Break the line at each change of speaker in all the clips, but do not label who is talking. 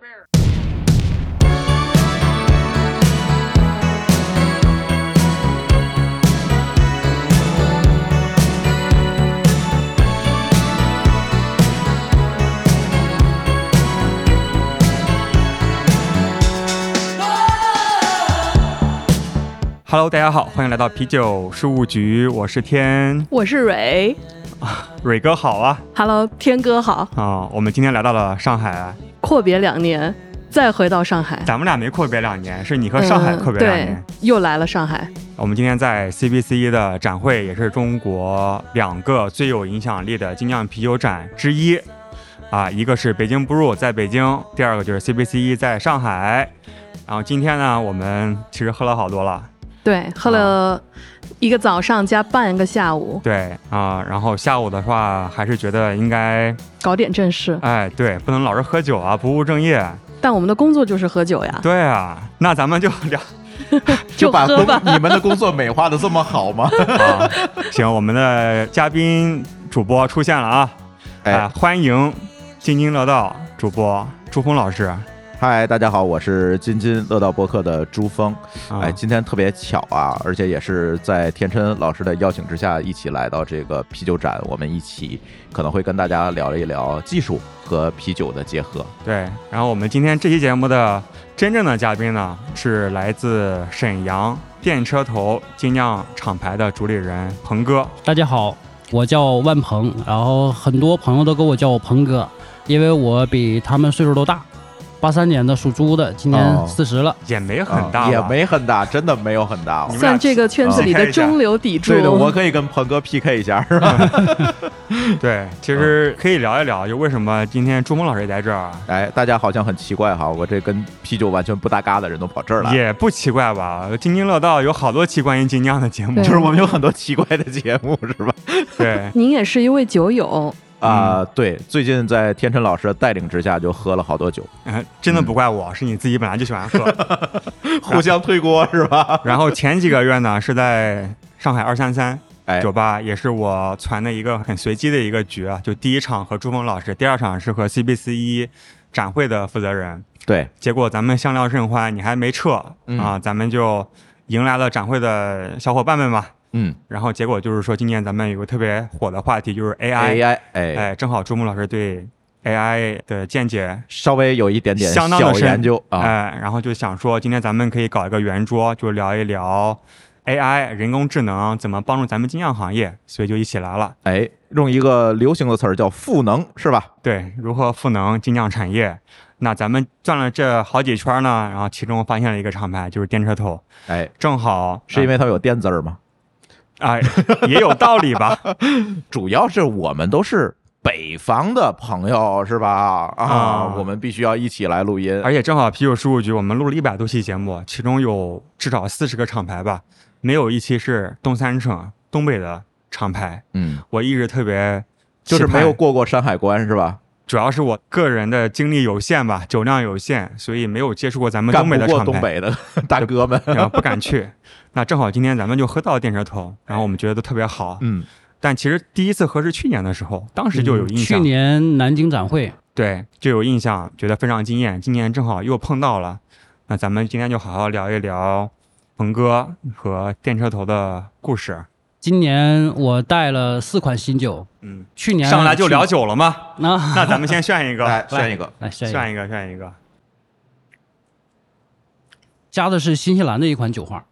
bear.
Hello，大家好，欢迎来到啤酒事务局，我是天
我是蕊
蕊哥，好啊
，Hello，天哥好，
啊、我们今天来到了上海，
阔别两年，再回到上海，
咱们俩没阔别两年，是你和上海
嗯
阔别两年。
对，又来了上海，
我们今天在 CBC E 的展会，也是中国两个最有影响力的精酿啤酒展之一，啊，一个是北京 Brew 在北京，第二个就是 CBC E 在上海。然后今天呢，我们其实喝了好多了，
对，喝了一个早上加半个下午，
对啊、然后下午的话，还是觉得应该，
搞点正事。
哎，对，不能老是喝酒啊，不务正业。
但我们的工作就是 喝酒呀，
对啊，那咱们就聊
就
把
喝
工
吧。
你们的工作美化的这么好吗？
啊。行，我们的嘉宾主播出现了啊！
哎
啊欢迎津津乐道主播朱峰老师。啊
嗨，大家好，我是津津乐道播客的朱峰。
啊、
哎，今天特别巧啊，而且也是在天琛老师的邀请之下，一起来到这个啤酒展，我们一起可能会跟大家聊一聊技术和啤酒的结合。
对，然后我们今天这期节目的真正的嘉宾呢，是来自沈阳电车头精酿厂牌的主理人鹏哥。
大家好，我叫万鹏，然后很多朋友都跟我叫我鹏哥，因为我比他们岁数都大，八三年的属猪的，今
哦
年四十了。
哦也没很大、
啊也。没很大，真的没有很 大
你。们俩
算这个圈子里的中流砥柱。
对的，我可以跟鹏哥 PK 一 下，是吧？
对，其实可以聊一聊，就为什么今天朱峰老师也在这儿啊，
哎，大家好像很奇怪哈，我这跟啤酒完全不搭嘎的人都跑这儿来了。
也不奇怪吧？津津乐道有好多期关于精酿的节目
对，
就是 我们有很多奇怪的节目，是吧？
对，
您也是一位酒友，
啊、对，最近在天辰老师的带领之下，就喝了好多酒，
哎真的不怪
嗯
我，是你自己本来就喜欢喝。
互相推锅是吧？
然后前几个月呢，是在上海二三三
哎
酒吧，也是我攒的一个很随机的一个局啊。就第一场和朱峰老师，第二场是和 CBC 一展会的负责人。
对，
结果咱们相聊甚欢，你还没撤、
嗯
啊，咱们就迎来了展会的小伙伴们嘛。
嗯
然后结果就是说，今年咱们有个特别火的话题，就是 AI。
，AI，哎，
哎，正好朱峰老师对 AI 的见解
稍微有一点点
相当的
小
深
研究啊、
哎，然后就想说，今天咱们可以搞一个圆桌，就聊一聊 AI 人工智能怎么帮助咱们精酿行业，所以就一起来了。
哎，用一个流行的词儿叫赋能，是吧？
对，如何赋能精酿产业？那咱们转了这好几圈呢，然后其中发现了一个厂牌，就是电车头，
哎，
正好
是因为它有电字儿吗？
啊、 哎也有道理吧？
主要是我们都是北方的朋友，是吧？啊，哎
啊
我们必须要一起来录音。
而且正好啤酒事务局我们录了一百多期节目，其中有至少四十个厂牌吧，没有一期是东三省东北的厂牌。
嗯，
我一直特别
就是
期
没
盼
有过过山海关，是吧？
主要是我个人的精力有限吧，酒量有限，所以没有接触过咱们
干
东
不
北的
过
厂
东
牌，
北的大哥们。
然后不敢去。那正好今天咱们就喝到电车头，然后我们觉得都特别好。
嗯，
但其实第一次喝是去年的时候，当时就有印
嗯
去
象，
年南京展会，
对，就有印象，觉得非常惊艳。今年正好又碰到了，那咱们今天就好好聊一聊鹏哥和电车头的故事。
今年我带了四款新酒，
嗯，
去年
上来就聊酒了吗？
啊，哎
那咱们先炫一个，
来选一个，
来 下一
炫一个，
个，
炫一个
加的是新西兰的一款酒花，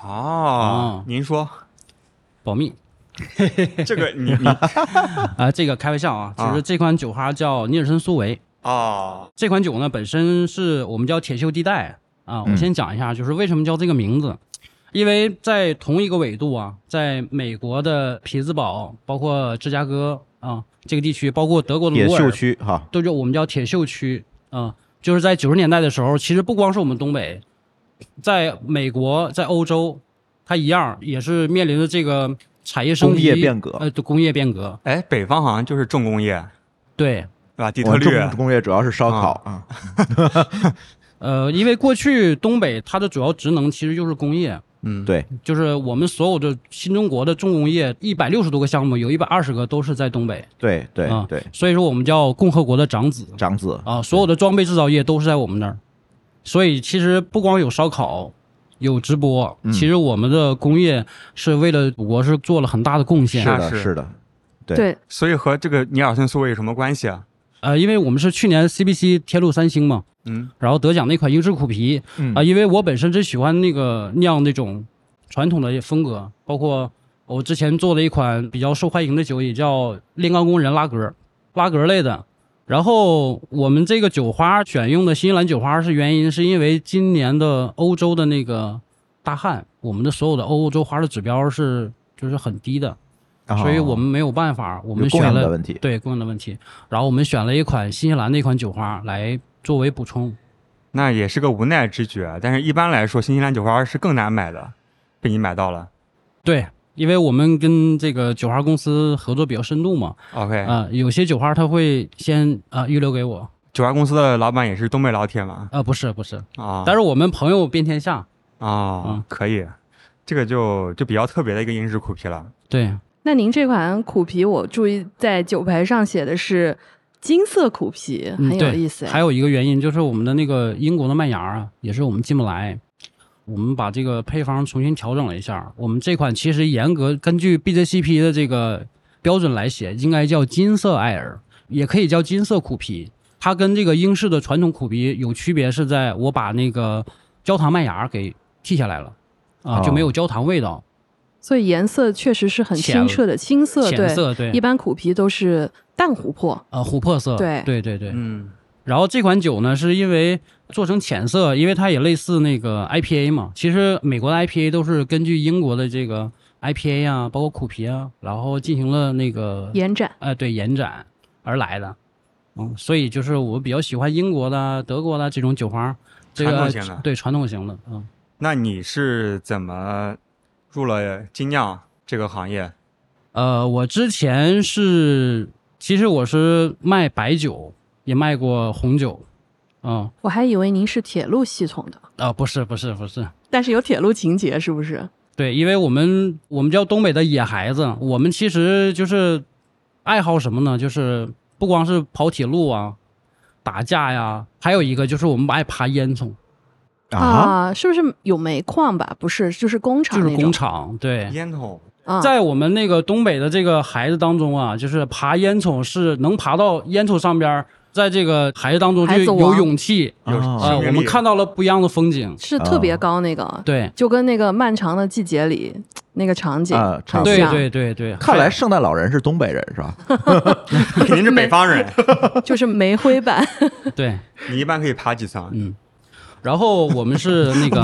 哦
哦，
您说
保密
这个你你
啊，这个开玩笑啊，其
啊
实这款酒花叫尼尔森苏维，
哦，
这款酒呢，本身是我们叫铁锈地带啊。
嗯
我先讲一下，就是为什么叫这个名字，因为在同一个纬度啊，在美国的匹兹堡，包括芝加哥啊这个地区，包括德国的
野
鲁
秀
尔，
区哈。
都叫我们叫铁锈区啊。就是在九十年代的时候，其实不光是我们东北，在美国、在欧洲，它一样也是面临着这个产业升级、
工业变革
呃，对工业变革，
哎，北方好像就是重工业，
对，
对吧？底特
我们
哦
律
啊
重工业主要是烧烤啊，
呃，因为过去东北它的主要职能其实就是工业，
嗯，
对，
就是我们所有的新中国的重工业一百六十多个项目，有一百二十个都是在东北，
对对
啊
对，
所以说我们叫共和国的长子
长子
啊，所有的装备制造业都是在我们那儿。所以其实不光有烧烤，有直播，
嗯
其实我们的工业是为了祖国是做了很大的贡
是
献。
那
的，
是
是的，对
对，
所以和这个尼尔森苏维有什么关系啊？
呃，因为我们是去年 CBC 天路三星嘛，
嗯
然后得奖那款英式苦皮
嗯
啊、因为我本身是喜欢那个酿那种传统的风格，包括我之前做的一款比较受欢迎的酒，也叫炼钢工人拉格，拉格类的。然后我们这个酒花选用的新西兰酒花是原因，是因为今年的欧洲的那个大旱，我们的所有的欧洲花的指标是就是很低的，所以我们没有办法，我
我
们
啊供
选
应
了
的问题，
对供应的问题，然后我们选了一款新西兰的一款酒花来作为补充。
那也是个无奈之举啊。但是一般来说，新西兰酒花是更难买的，被你买到了。
对，因为我们跟这个酒花公司合作比较深度嘛，
OK，、
啊、有些酒花他会先啊、预留给我，
酒花公司的老板也是东北老铁嘛？
啊，不是不是，
啊，
但是我们朋友遍天下，
啊
嗯，
可以，这个就就比较特别的一个英式苦皮了。
对，
那您这款苦皮，我注意在酒牌上写的是金色苦皮，
嗯
很有
对
意思哎。
还有一个原因就是我们的那个英国的麦芽啊，也是我们进不来。我们把这个配方重新调整了一下。我们这款其实严格根据 BJCP 的这个标准来写，应该叫金色艾尔，也可以叫金色苦皮。它跟这个英式的传统苦皮有区别，是在我把那个焦糖麦芽给剃下来了，啊，就没有焦糖味道，
所以颜色确实是很
浅
清澈的，青色
浅
对。
色对
一，般苦皮都是淡琥珀，
呃，琥珀色，
对
对对对，
嗯
然后这款酒呢，是因为做成浅色，因为它也类似那个 IPA 嘛。其实美国的 IPA 都是根据英国的这个 IPA 呀、包括苦皮啊，然后进行了那个
延展。
呃对延展而来的。嗯，所以就是我比较喜欢英国的、德国的这种酒花，这
传
个
统型的
对传统型的，嗯，
那你是怎么入了精酿这个行业？
呃，我之前是其实我是卖白酒，也卖过红酒，嗯，
我还以为您是铁路系统的，
啊、不是不是不是，
但是有铁路情节是不是？
对，因为我们我们叫东北的野孩子，我们其实就是爱好什么呢？就是不光是跑铁路啊、打架呀，还有一个就是我们爱爬烟囱，
啊，
是不是有煤矿吧？不是，就是工厂
就
那
是
种。
工厂。对，
烟筒
啊，
在我们那个东北的这个孩子当中啊，就是爬烟囱是能爬到烟囱上边儿，在这个孩子当中就
孩子
有
王
勇气
有
啊
啊、
生命
我们
力
看到了不一样的风景。
是特别高那个，
啊对，
就跟那个《漫长的季节》里那个场景
啊差
很
不多
对
像，
对对对，
看来圣诞老人是东北人是吧？
肯定是北方人，
就是煤灰 版。
对，
你一般可以爬几层？啊
嗯。然后我们是那 个，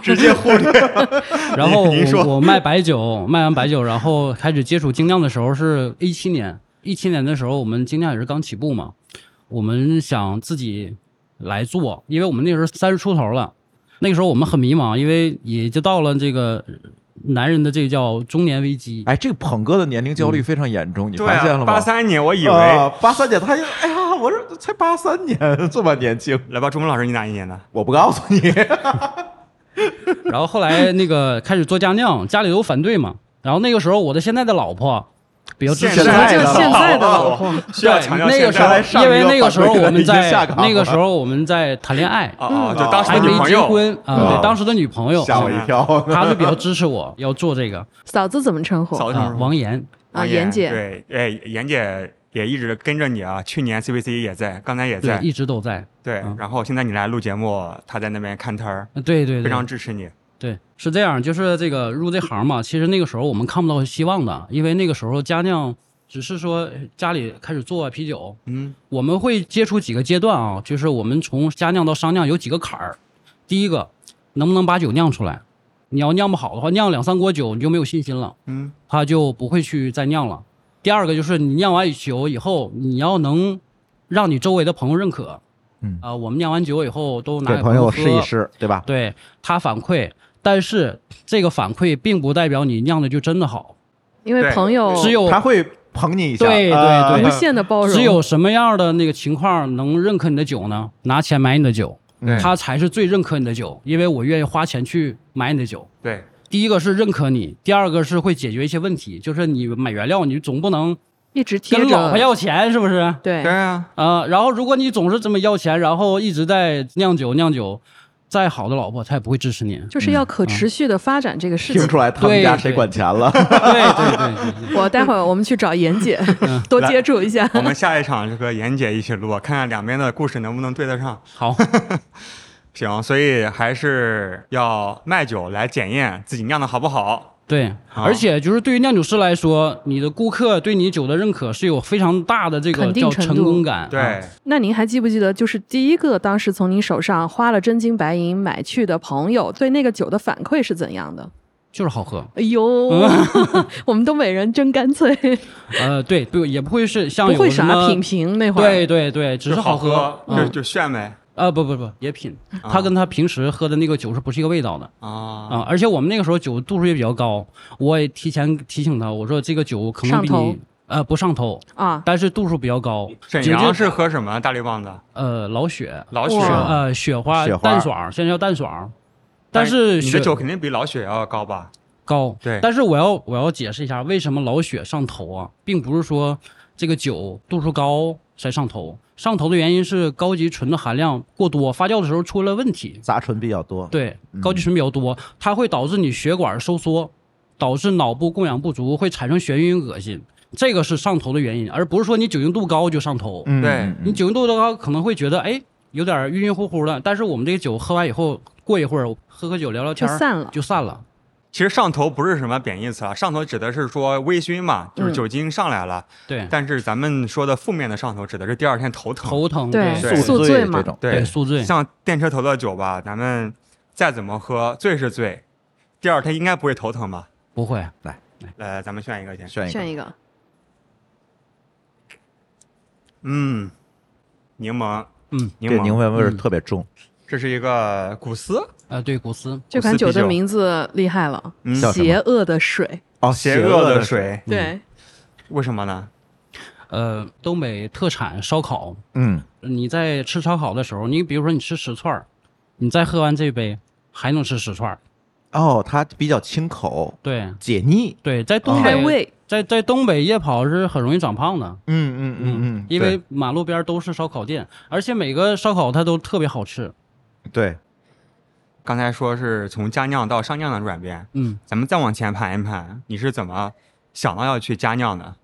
直接忽略。
然后
您您说
我我卖白酒，卖完白酒，然后开始接触精酿的时候是一七年，一七年的时候我们精酿也是刚起步嘛，我们想自己来做，因为我们那时候三十出头了，那个时候我们很迷茫，因为也就到了这个男人的这叫中年危机。
哎，这个捧哥的年龄
嗯
焦虑非常严重，你
对
发现
啊，
了吗？
八三年，我以
啊
为。
八三年，他就哎呀，我说才八三年，这么年轻，
来吧，朱文老师，你哪一年的？
我不告诉你。
然后后来那个开始做家酿，家里都反对嘛。然后那个时候我的现在的老婆比较支持
现
我，
在
就
的
现在的老
婆，需
对
要强调
那个
现
时
在的
候，因为那个时候我
上一个反对的
们
已经
在
下岗了
那个时候我们在谈恋爱，
哦哦，就当时
嗯还
的
没
女朋
结
友，
婚啊，
啊
对，当时的女朋友，嗯
吓我一 跳。
她就比较支持我要做这个
嫂子怎么称呼？
嫂子哦
啊，王岩
啊，严姐，
对，哎，严姐也一直跟着你啊。去年 CVC 也在，刚才也
对
在，
一直都在，
对。
嗯
然后现在你来录节目，她在那边看摊儿，
呃对对
非
对
常支持你。
对，是这样，就是这个入这行嘛，其实那个时候我们看不到希望的，因为那个时候家酿只是说家里开始做啊啤酒，
嗯，
我们会接触几个阶段啊，就是我们从家酿到商酿有几个坎儿，第一个能不能把酒酿出来，你要酿不好的话，酿两三锅酒你就没有信心了。
嗯，
他就不会去再酿了。第二个就是你酿完酒以后，你要能让你周围的朋友认可，
嗯
啊、我们酿完酒以后都拿
给朋友试一，试，对吧？
对他反馈，但是这个反馈并不代表你酿的就真的好，
因为
对
朋友
只有
哦他会捧你一下，
对对
啊
对
无限的包容，
只有什么样的那个情况能认可你的酒呢？拿钱买你的酒，
对
他才是最认可你的酒，因为我愿意花钱去买你的酒。
对，
第一个是认可你，第二个是会解决一些问题，就是你买原料，你总不能
一直贴
跟
着。
老婆要钱，是不是？
对
对啊，
啊、然后如果你总是这么要钱，然后一直在酿酒酿酒，再好的老婆她也不会支 持你。
就是要可持续的发展这个事情
听。出来他们家
对
谁管钱了？
对对对对
我待会儿我们去找严 姐
嗯
多接触一下。
我们下一场就和严姐一起录，看看两边的故事能不能对得上。
好，
行，所以还是要卖酒来检验自己酿的好不好。
对，
好
而且就是对于酿酒师来说，你的顾客对你酒的认可是有非常大的这个
肯定
叫
程
成
度
功感。
对，
啊
那您还记不记得，就是第一个当时从您手上花了真金白银买去的朋友，对那个酒的反馈是怎样的？
就是好喝。
哎 呦，我们东北人真干脆，
呃，对，不也不会是像
不
有
会
什
啥
么
品。评那会儿。
对对对，只
就是好啊
喝，
就
嗯
就炫呗
啊不不不也品，它跟他平时喝的那个酒是不是一个味道的
啊。
啊？而且我们那个时候酒度数也比较高，我也提前提醒他，我说这个酒可能比
上头
你呃不上头，
啊，
但是度数比较高。
沈
紧接
阳是喝什么大绿棒子？
呃老雪，
老雪
哇
雪
啊，
呃雪花
雪花
淡爽，现在叫淡爽，但是
哎你的
雪
酒肯定比老雪要高吧？
高。
对
但是我要我要解释一下，为什么老雪上头啊，并不是说这个酒度数高才上头，上头的原因是高级醇的含量过多，发酵的时候出了问题。
杂醇比较多，
对
嗯，
高级醇比较多，它会导致你血管收缩，导致脑部供氧不足，会产生眩晕、恶心，这个是上头的原因，而不是说你酒精度高就上头。
嗯，
对
嗯
你酒精度高可能会觉得哎有点晕晕乎乎的，但是我们这个酒喝完以后，过一会儿喝喝酒聊聊
就
天儿
散了。
就散了。
其实上头不是什么贬义词啊，上头指的是说微醺嘛，
嗯
就是酒精上来了。
对，
但是咱们说的负面的上头指的是第二天头疼。
嗯头疼，
对
宿
宿
醉
醉嘛
这种，
对
对，
宿醉，
像电车头的酒吧，咱们再怎么喝，醉是醉，第二天应该不会头疼吧？
不会，
来，咱们选一个先。
选一
选
个
一个，
嗯，柠檬，
嗯，
柠
这
檬，
柠檬味儿
嗯
特别重，
这是一个古斯，
呃，对，古斯，
这款
古斯
酒
啤
的
酒
名字厉害了，
嗯
叫什么
邪恶的水。
哦，
邪恶的，水，
对，
为什么呢？
呃，东北特产烧烤。
嗯，
你在吃烧烤的时候，你比如说你吃十串儿，你再喝完这杯，还能吃十串儿。
哦，它比较清口，
对
解腻，
对，在
哦
东
开
北，
胃。
在在东北夜跑是很容易长胖的。
嗯嗯嗯嗯，
因为马路边都是烧烤店，而且每个烧烤它都特别好吃。
对对，
刚才说是从家酿到上酿的转变，
嗯，
咱们再往前盘一盘，你是怎么想到要去家酿的？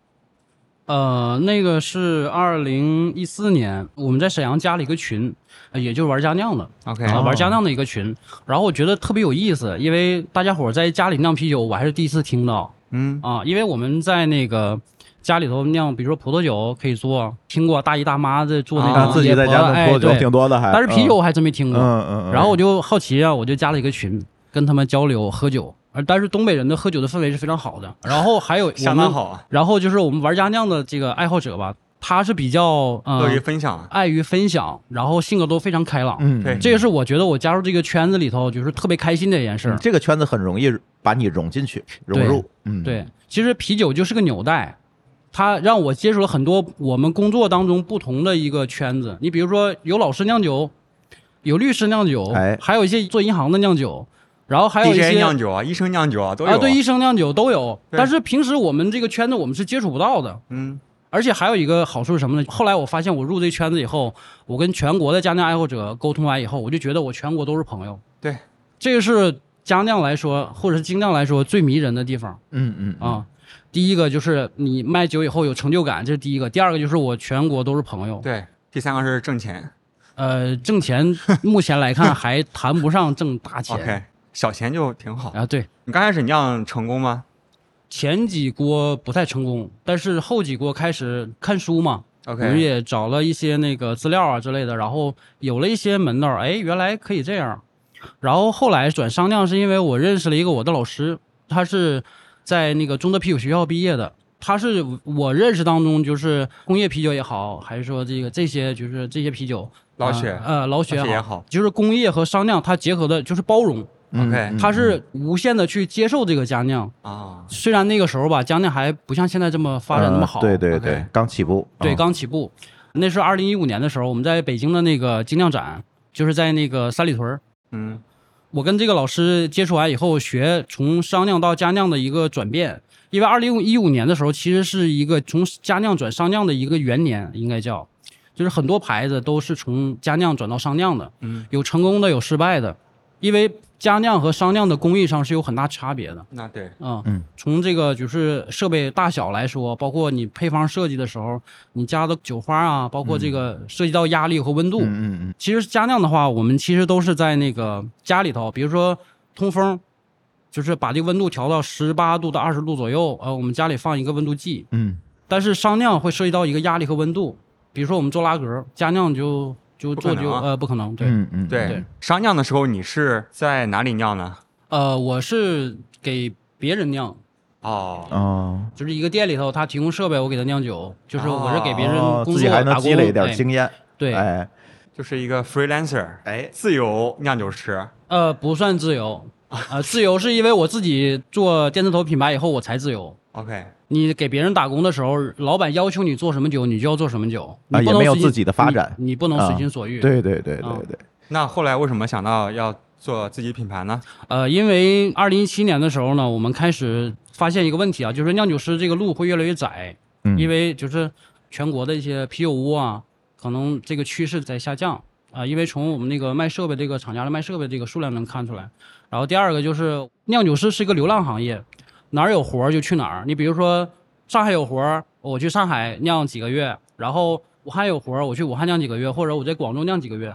呃，那个是二零一四年，我们在沈阳加了一个群，呃也就是玩家酿的。
OK，、
啊，
哦
玩家酿的一个群，然后我觉得特别有意思，因为大家伙儿在家里酿啤酒，我还是第一次听到
嗯，
啊，因为我们在那个家里头酿，比如说葡萄酒可以做，听过大姨大妈在做那
啊
个、
他自己在家弄
哎
葡萄酒
对
挺多的，还，
但是啤酒我还真没听
嗯，
过。
嗯嗯嗯，
然后我就好奇啊，我就加了一个群，跟他们交流喝酒，而但是东北人的喝酒的氛围是非常好的，然后还有
相当
我们，
好啊，
然后就是我们玩家酿的这个爱好者吧，他是比较
乐于
呃
分享。
爱于分享，然后性格都非常开朗，
嗯，
对
嗯
这个是我觉得我加入这个圈子里头就是特别开心的一件事儿。
这个圈子很容易把你融进去，融入，嗯，
对，其实啤酒就是个纽带，它让我接触了很多我们工作当中不同的一个圈子。你比如说有老师酿酒，有律师酿酒，
哎
还有一些做银行的酿酒，然后还有一
DJ
些
酿酒啊，医生酿酒啊，都有。
啊，对，医生酿酒都有。
对
但是平时我们这个圈子我们是接触不到的。
嗯，
而且还有一个好处是什么呢？后来我发现我入这圈子以后，我跟全国的家酿爱好者沟通完以后，我就觉得我全国都是朋友。
对，
这个是家酿来说，或者是精酿来说最迷人的地方
嗯嗯嗯
啊。第一个就是你卖酒以后有成就感，这是第一个；第二个就是我全国都是朋友。
对。第三个是挣钱
呃，挣钱目前来看还谈不上挣 大钱
，OK，小钱就挺好。
啊。对，
你刚开始酿成功吗
前几锅不太成功，但是后几锅开始看书嘛，我们
？OK，
也找了一些那个资料啊之类的，然后有了一些门道儿，哎，原来可以这样。然后后来转商酿是因为我认识了一个我的老师，他是在那个中德啤酒学校毕业的，他是我认识当中就是工业啤酒也好，还是说这个这些就是这些啤酒，
老
呃
雪
呃老雪
老雪也
也
好
好，就是工业和商酿它结合的就是包容，
嗯
OK，
嗯
啊它是无限的去接受这个佳酿。
啊，
虽然那个时候吧，佳酿还不像现在这么发展那么好，
呃对对
OK
对，刚起步，
对，
嗯
刚起步。那是二零一五年的时候，我们在北京的那个精酿展，就是在那个三里屯儿。
嗯
我跟这个老师接触完以后，学从商酿到家酿的一个转变。因为二零一五年的时候，其实是一个从家酿转商酿的一个元年，应该叫，就是很多牌子都是从家酿转到商酿的，
嗯，
有成功的，有失败的，因为家酿和商酿的工艺上是有很大差别的。
那对，
啊，
嗯，
从这个就是设备大小来说，包括你配方设计的时候，你加的酒花啊，包括这个涉及到压力和温度，
嗯嗯
其实家酿的话，我们其实都是在那个家里头，比如说通风，就是把这个温度调到十八度到二十度左右，呃，我们家里放一个温度计。
嗯
但是商酿会涉及到一个压力和温度，比如说我们做拉格，家酿就就
不可
做
能
就
啊
呃不可能，对，
嗯嗯，
对，
对
商酿的时候你是在哪里酿呢？
呃，我是给别人酿，
哦，
哦，
就是一个店里头他提供设备，我给他酿酒，就是我是给别人
哦
工
自己
作
还
打
能
工，
积累一点
哎
经验，
对，
哎
就是一个 freelancer，
哎，
自由酿酒师。
呃，不算自由，啊，自由是因为我自己做电子头品牌以后我才自由。
OK，
你给别人打工的时候，老板要求你做什么酒，你就要做什么酒，你不能
啊也没有
随心
自己的发展
你，你不能
啊
随心所欲。，
对对对
啊
对对，
那后来为什么想到要做自己品牌呢？
呃，因为二零一七年的时候呢，我们开始发现一个问题啊，就是酿酒师这个路会越来越窄，
嗯
因为就是全国的一些啤酒屋啊，可能这个趋势在下降啊、因为从我们那个卖设备这个厂家的卖设备这个数量能看出来。然后第二个就是酿酒师是一个流浪行业，哪儿有活儿就去哪儿。你比如说上海有活儿，我去上海酿几个月，然后武汉有活儿，我去武汉酿几个月，或者我在广州酿几个月。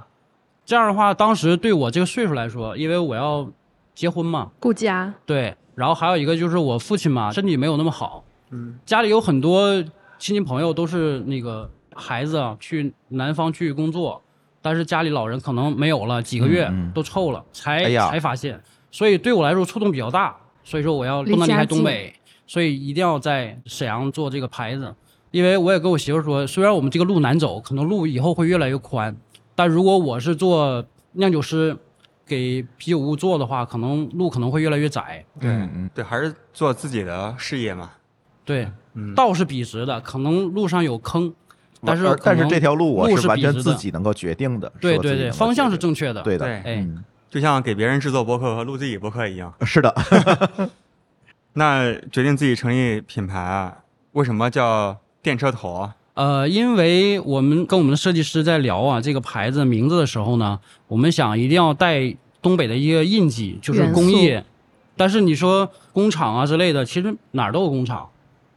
这样的话，当时对我这个岁数来说，因为我要结婚嘛，
顾家，
对，然后还有一个就是我父亲嘛，身体没有那么好，
嗯，
家里有很多亲戚朋友都是那个孩子啊，去南方去工作，但是家里老人可能没有了几个月
嗯嗯
都臭了，才、
哎呀
才发现，所以对我来说触动比较大，所以说我要
离
不能离
家
开东
近
北，所以一定要在沈阳做这个牌子，因为我也跟我媳妇说，虽然我们这个路难走，可能路以后会越来越宽，但如果我是做酿酒师。给啤酒屋做的话，可能路可能会越来越窄。
对，
嗯嗯
对，还是做自己的事业嘛。
对，
嗯，
道是笔直的，可能路上有坑，但是
而
可
呃但是
能
这条路我
路
是
是
完
笔
全
直
自
的
己能够决定的，是
对
我自
对
己
对，
能够
方
决
向是
定
正确的。
对的，
对
哎
嗯，呃
就像给别人制作博客和录自己博客一样。
是的，
啊
那决定自己成立品牌啊，为什么叫电车头啊？
呃，因为我们跟我们的设计师在聊啊这个牌子名字的时候呢，我们想一定要带东北的一个印记，就是
元
工
素
业。但是你说工厂啊之类的，其实哪儿都有工厂。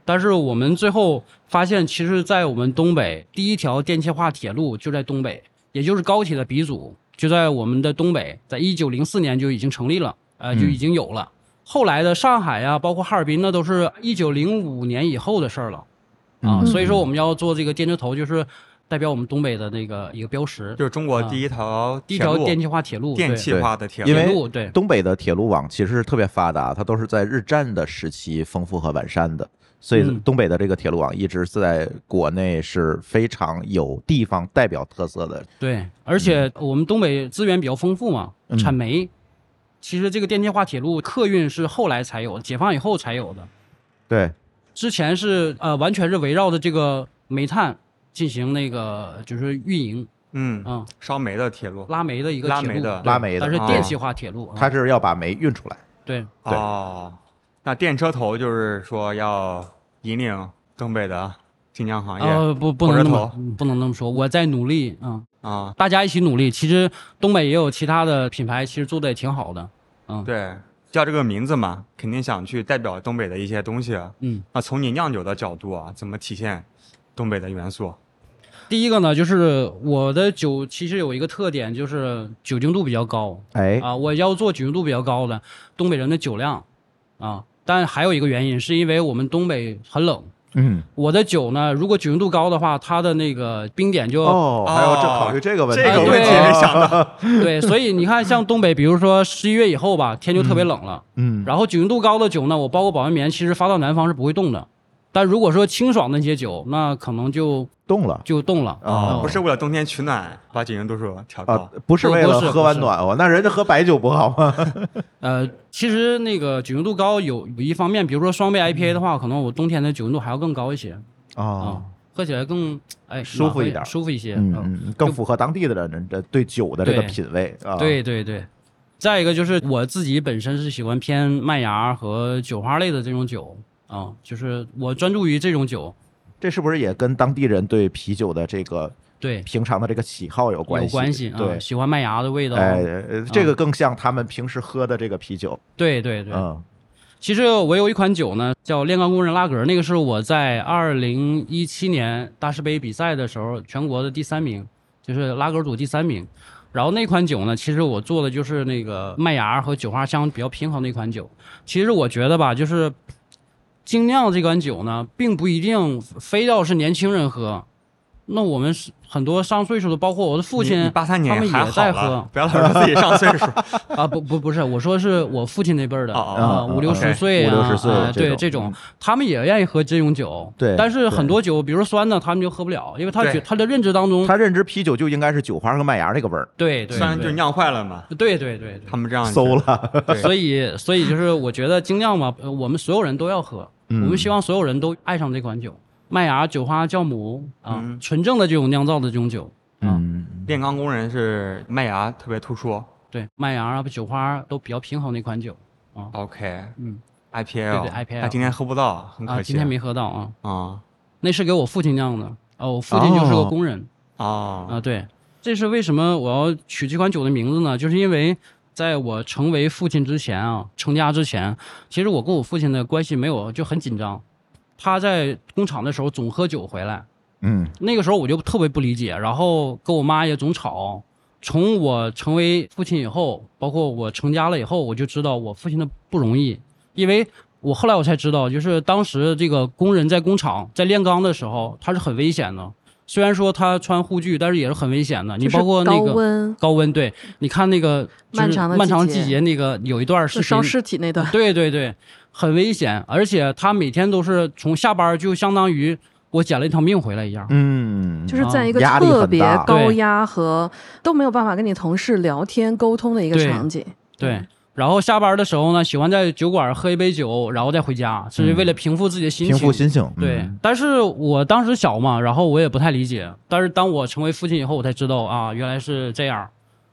但是我们最后发现，其实，在我们东北第一条电气化铁路就在东北，也就是高铁的鼻祖，就在我们的东北，在一九零四年就已经成立了，呃，就
嗯
已经有了。后来的上海呀、包括哈尔滨呢，都是一九零五年以后的事儿了。啊，
嗯
所以说我们要做这个电车头，就是代表我们东北的那个一个标识，
就是中国第一条
第一
铁
条
路，
电气化铁路，
电
对
气化的铁路。
因
铁
为
路，对
嗯东北的铁路网其实是特别发达，它都是在日战的时期丰富和完善的，所以
嗯
东北的这个铁路网一直是在国内是非常有地方代表特色的。
对，而且我们东北资源比较丰富嘛
嗯，
产煤，其实这个电气化铁路客运是后来才有，解放以后才有的，
对，
之前是呃完全是围绕着这个煤炭进行那个就是运营
嗯，
啊，
烧煤的铁路。
拉煤的一个
拉
铁
煤
路
的
对
拉煤的
但是
啊
电气化铁路，啊
它是要把煤运出来。
对
对
哦，那电车头就是说要引领东北的精酿行业啊、
呃不不
火车
能那么
头
嗯不能那么说，我在努力啊。大家一起努力。其实东北也有其他的品牌，其实做的也挺好的。
对，叫这个名字嘛，肯定想去代表东北的一些东西。啊
嗯，
那从你酿酒的角度啊，怎么体现东北的元素？啊
第一个呢，就是我的酒其实有一个特点，就是酒精度比较高
哎，
啊。我要做酒精度比较高的东北人的酒量啊。但还有一个原因，是因为我们东北很冷。
嗯，
我的酒呢，如果酒精度高的话，它的那个冰点就、
哦，还要正考虑这个问题，啊
这个
问题
没
想到。
啊对，所以你看，像东北，比如说十一月以后吧，天就特别冷了。
嗯，
然后酒精度高的酒呢，我包括保温棉，其实发到南方是不会冻的。但如果说清爽的那些酒，那可能就
动了
就冻了。
啊
不是为了冬天取暖把酒精度数调高。
啊，不是
不
为
不
了
是
喝
不
完
是
暖和，那人家喝白酒不好吗？
呃，其实那个酒精
嗯
度高有有一方面，比如说双倍 IPA 的话，可能我冬天的酒精度还要更高一些。
哦，
喝起来更哎
舒服一
暖
点儿
和舒服一些。
嗯嗯，更符合当地的人的呃对酒的这个
对
品味啊。
对对对。再一个就是我自己本身是喜欢偏麦芽和酒花类的这种酒啊，就是我专注于这种酒，
这是不是也跟当地人对啤酒的这个
对，
平常的这个喜好有关
有
系？
关系啊，
对，
喜欢麦芽的哦味道，
哎，呃这个更像他们平时喝的这个啤酒。
对对对。
嗯
其实我有一款酒呢，叫炼钢工人拉格，那个是我在二零一七年大师杯比赛的时候全国的第三名，就是拉格组第三名。然后那款酒呢，其实我做的就是那个麦芽和酒花香比较平衡的一款酒。其实我觉得吧，就是精酿这款酒呢，并不一定非要是年轻人喝。那我们是很多上岁数的，包括我的父亲，
八三
他
年
们
还
也
好
在
了
喝，
不要老说自己上岁 数
啊，不不不是，我说是我父亲那辈儿的
哦哦
啊，
哦
五六十
OK，
岁啊，
五六十岁
啊
这
对
种嗯
这种，他们也愿意喝这种酒，
对
但是很
对
多酒，比如酸的，他们就喝不了，因为他觉
对
他的认知当中，
他认知啤酒就应该是酒花和麦芽这个味儿，
对对
虽然就
对
酿坏了嘛，
对对对
他们这
啊
样
馊
了，
了。
对，所以所以就是我觉得精酿嘛，呃我们所有人都要喝，我
嗯
们希望所有人都爱上这款酒，麦芽、酒花、酵母啊
嗯，
纯正的这种酿造的这种酒，
嗯，
炼钢工人是麦芽特别突出
对麦芽啊、酒花都比较平衡的一款酒
，OK，
嗯
，IPL，
对对，IPL
他今天喝不到，很
啊，
可惜
今天没喝到啊，
啊
那是给我父亲酿的，哦，我父亲就是个
哦
工人。
啊
啊，对，这是为什么我要取这款酒的名字呢？就是因为在我成为父亲之前啊，成家之前，其实我跟我父亲的关系没有就很紧张。他在工厂的时候总喝酒回来，
嗯，
那个时候我就特别不理解，然后跟我妈也总吵。从我成为父亲以后，包括我成家了以后，我就知道我父亲的不容易，因为我后来我才知道，就是当时这个工人在工厂在炼钢的时候，他是很危险的。虽然说他穿护具，但是也是很危险的。你
就是
包括那
高
个
温
高温，对，你看那个就是
漫长的
漫长
季节
季节那个有一段
就
视频
烧，尸体那段，
对对对，很危险。而且他每天都是从下班就相当于我捡了一条命回来一样。啊
嗯，
就是在一个
压力很
特别
大
高
对
压和都没有办法跟你同事聊天沟通的一个
对
场景。
对。然后下班的时候呢，喜欢在酒馆喝一杯酒，然后再回家，这是为了平复自己的心情。
平复心情。嗯
对，但是我当时小嘛，然后我也不太理解。但是当我成为父亲以后，我才知道啊，原来是这样。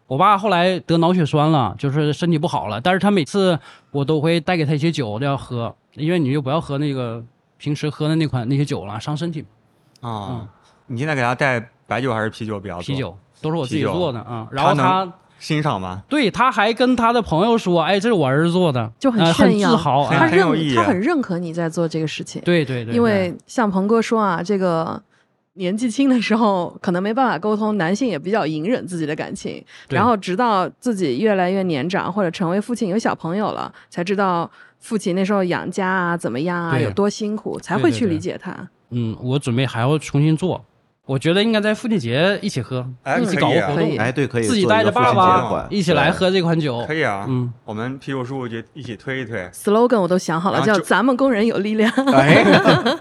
我爸后来得脑血栓了，就是身体不好了。但是他每次我都会带给他一些酒，都要喝，因为你就不要喝那个平时喝的那款那些酒了，伤身体。
啊！你现在给他带白酒还是啤酒比较多？
嗯啤酒都是我自
啊啤
己
酒
做的啊、然后
他
他
能欣赏吗？
对他还跟他的朋友说：“哎，这是我儿子做的，
就很
呃
炫
很
耀
自豪。
很
他
哎
很有意
认
义
他
啊
很认可你在做这个事情，
对对对，
因
对
为像鹏哥说啊，这个年纪轻的时候可能没办法沟通，男性也比较隐忍自己的感情，
对
然后直到自己越来越年长或者成为父亲有小朋友了，才知道父亲那时候养家啊怎么样啊
对
有多辛苦，才
对
会
对
去
对
理解他。
嗯，我准备还要重新做。我觉得应该在父亲节一起喝，
哎
一
可
起
以
搞个
啊
活
可以
动，
哎，对，可以
自己
做一
带
个
着
父
爸
亲
爸
节款
一起来
对
喝这款酒
可。以啊，
嗯，
我们啤酒叔就一起推一推。
slogan 我都想好了，
然后
叫“
就
咱们工人有力量
哦
哎，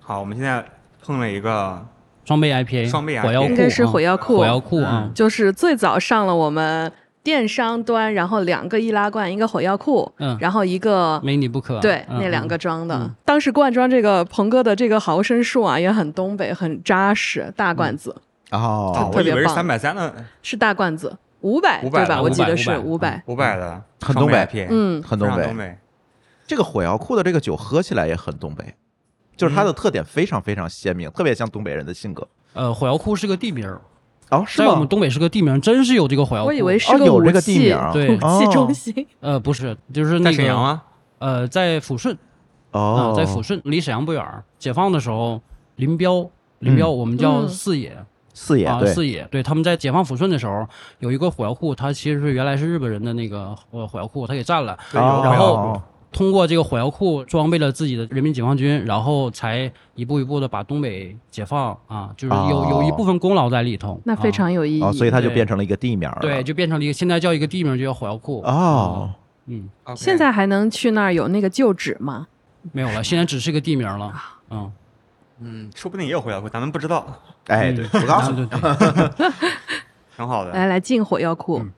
好，我们现在碰了一个
双倍 IPA，
双倍
火药
IPA
库，
应该是
啊
火药库
火药库啊”，。
就是最早上了我们电商端，然后两个易拉罐，一个火药库，
嗯
然后一个
没你不可。
对，
嗯
那两个
嗯
装的。
嗯
当时灌装这个鹏哥的这个毫升数啊，也很东北，很扎实，大罐子、
啊，
哦，
我
特
以
别
为是
棒
三百三的，
是大罐子，五
500
百对吧？
的
我记得
500
是五百。
五百的，
很
双
东
倍
北
IPA，
嗯，
很
非
东
常
北
东。北，
这个火药库的这个酒喝起来也很东北，就是它的
嗯
特点非常非常鲜明，特别像东北人的性格。
呃，火药库是个地名儿，
哦，是
在我们
吗？
东北是个地名儿，真是有这个火药库。
我以为是
哦，有
武
这个地
器
名啊。
对
武器中心。
呃不是，就是
在
那
沈阳啊
个
吗？
呃在抚顺啊
哦，，
在抚顺离沈阳不远儿。解放的时候，林彪，林彪我们叫
嗯
四野，
四野
啊，
对，
四野，对，他们在解放抚顺的时候有一个火药库，它其实是原来是日本人的那个呃火药库，他给占了，
对有
哦
火
然
药
后
库
通过这个火药库装备了自己的人民解放军，然后才一步一步的把东北解放啊，就是有、有一部分功劳在里头，
那非、常有意义，
哦，所以它就
对
变成了一个地名儿
啊、
了。
对，就变成了一个现在叫一个地名就叫火药库，
哦，
嗯，
OK
现在还能去那儿有那个旧址吗？
没有了，现在只是一个地名了，嗯，
嗯，说不定也有火药库，咱们不知道，
哎，对，我告诉你，
嗯 对对对，
挺好的。
来来，进火药库，
嗯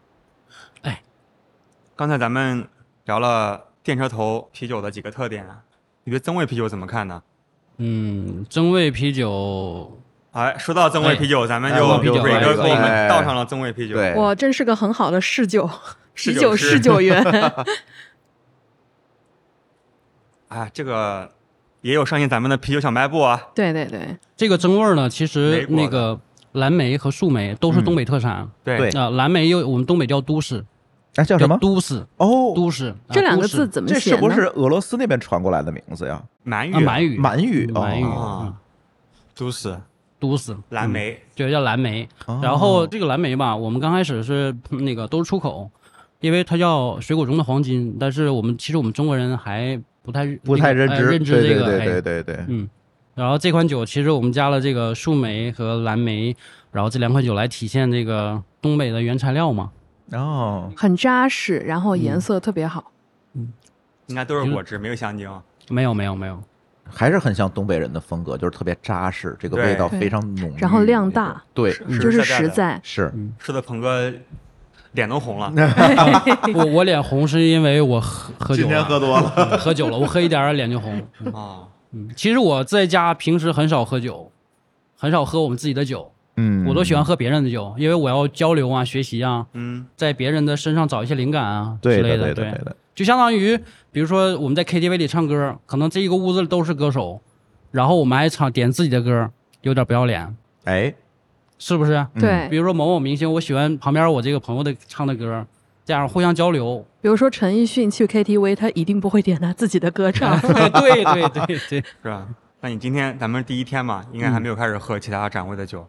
刚才咱们聊了电车头啤酒的几个特点啊，你对增味啤酒怎么看呢？
嗯，增味啤酒，
哎，说到增味啤酒，咱们
哎我
就
啤酒
蕊
来一
哥
个
给我们
哎
倒上了增味啤酒。
嗯
对，
我真是个很好的侍酒，
侍
啤
酒
酒
师
侍酒员。
哎，这个也有上映咱们的啤酒小卖部啊。
对对对，
这个增味儿呢，其
莓
实
果的
那个蓝莓和树莓都是
嗯
东北特产。
对
对
啊，蓝莓又我们东北叫都市，
哎，叫
叫
什么？
都市，
哦，
都市。啊
这两
都
个
市
字怎么
这
写
是
呢？
不是俄罗斯那边传过来的名字呀？
鳗
啊，
鱼、
满语，
满语，哦
满语，嗯
啊，都市
都市
蓝，
嗯
莓，
对，叫蓝莓。
哦
然后这个蓝莓吧，我们刚开始是嗯那个都是出口，因为它叫水果中的黄金，但是我们其实我们中国人还不太
不太认
认
知，
认知
对
这
对
个
对
哎
对对对，
嗯，然后这款酒其实我们加了这个树莓和蓝莓，然后这两款酒来体现这个东北的原材料嘛。
哦，
很扎实，然后颜色特别好。
应该都是果汁，没有香精。
没有没有 没有，
还是很像东北人的风格，就是特别扎实，这个
对
味道
对
非常浓郁，
然后量大，
对，
就
实
是实
在的
在，
是
说的鹏哥脸都红了。
我我脸红是因为我喝喝酒了，
多了，
嗯 喝酒了，我喝一点儿脸就红。嗯
啊，
嗯，其实我在家平时很少喝酒，很少喝我们自己的酒，
嗯，
我都喜欢喝别人的酒，因为我要交流啊、学习啊，
嗯，
在别人的身上找一些灵感啊
对
之类
的对
对
的对的，
就相当于，比如说我们在 KTV 里唱歌，可能这一个屋子都是歌手，然后我们还唱点自己的歌，有点不要脸，
哎，
是不是？
嗯
对
比，如说某某明星，我喜欢旁边我这个朋友的唱的歌，这样互相交 流。。
比如说陈奕迅去 KTV，他一定不会点他自己的歌唱
对对对对，
是吧？那你今天咱们第一天嘛，应该还没有开始喝其他展位的酒，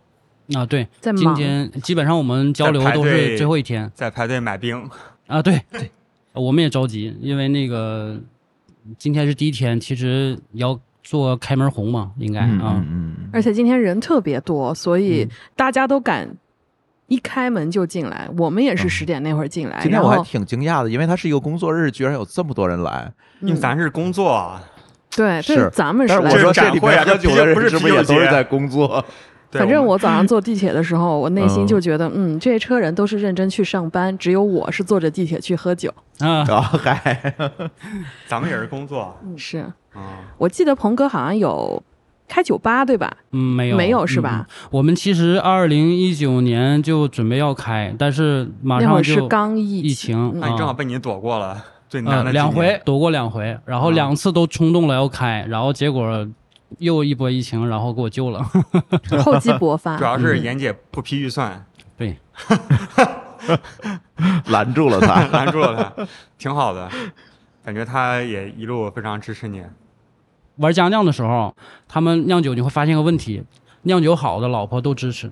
啊对，
在
今
忙
天基本上我们交流
在排
都
队
是最后一天
在排队买冰。
啊，对对，我们也着急，因为那个今天是第一天，其实要做开门红嘛，应该
嗯
啊
嗯，嗯，
而且今天人特别多，所以
嗯
大家都敢一开门就进来。我们也是
嗯
十点那会儿进来，
今天
然
我还
后
挺惊讶的，因为它是一个工作日，居然有这么多人来。
因为
嗯
咱是工作啊，
对，这
是
咱们
但是
来
我说
这是
这里
展会啊
面喝酒的
这啤酒不
人
是
是
啤
不是
酒
也都是
节
在工 作？
对
反正
我
我早上坐地铁的时候，我内心
嗯
就觉得，嗯，这车人都是认真去上班，只有我是坐着地铁去喝酒。
嗯
啊，
啊，嗨，
们咱们也是工作哦
嗯
是
啊。
我记得鹏哥好像有开酒吧，对吧？
嗯，没有，
没有是吧
嗯？嗯我们其实二零一九年就准备要开，但是马
那会
上
儿是
就
刚疫
疫情，
那
啊
你正好被你躲过了最难
呃
的
两
几年
回躲过两回，然后
啊
两次都冲动了要开，然后结果又一波疫情，然后给我救了。
厚积薄 发
主。要是严姐不批预算，
对，
拦住了 他。
拦住了她，挺好的，感觉她也一路非常支持你。
玩家酿的时候，他们酿酒你会发现个问题：酿酒好的老婆都支持，